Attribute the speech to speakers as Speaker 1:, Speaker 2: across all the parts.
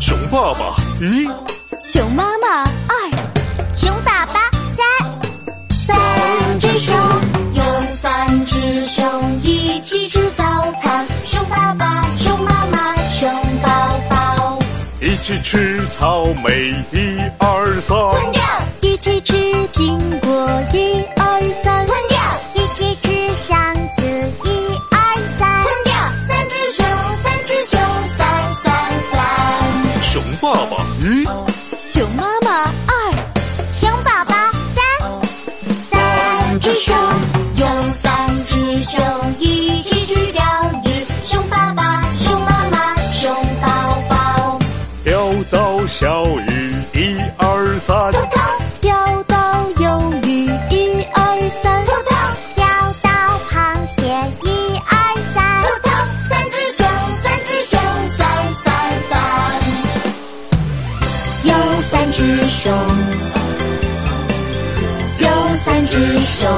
Speaker 1: 熊爸爸一，
Speaker 2: 熊妈妈二，
Speaker 3: 熊爸爸三，
Speaker 4: 三只熊，有三只熊一起吃早餐。熊爸爸，熊妈妈，熊宝宝。
Speaker 1: 一起吃草莓，一二三，
Speaker 3: 蹲着
Speaker 2: 一起吃苹果，一二三，
Speaker 3: 蹲着，
Speaker 4: 一起吃香子，一二三。
Speaker 3: 蹲着，
Speaker 4: 三只熊，三只熊，三三三。
Speaker 1: 熊爸爸一，
Speaker 2: 熊妈妈二，
Speaker 3: 熊宝宝三，
Speaker 4: 三只熊，有三只熊一起去钓鱼。熊爸爸，熊妈妈，熊宝宝。
Speaker 1: 钓到小鱼，一二三，
Speaker 3: 扑通
Speaker 2: 钓到鱿鱼，一二三
Speaker 3: 扑，通
Speaker 4: 钓到螃蟹，一二三
Speaker 3: 扑。通，
Speaker 4: 三只熊，三只熊，三三三，
Speaker 2: 有三只熊，有三只熊，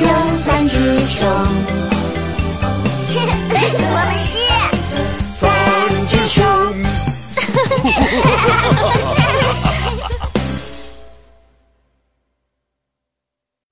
Speaker 2: 有三只熊，
Speaker 3: 我们是
Speaker 1: 三只熊，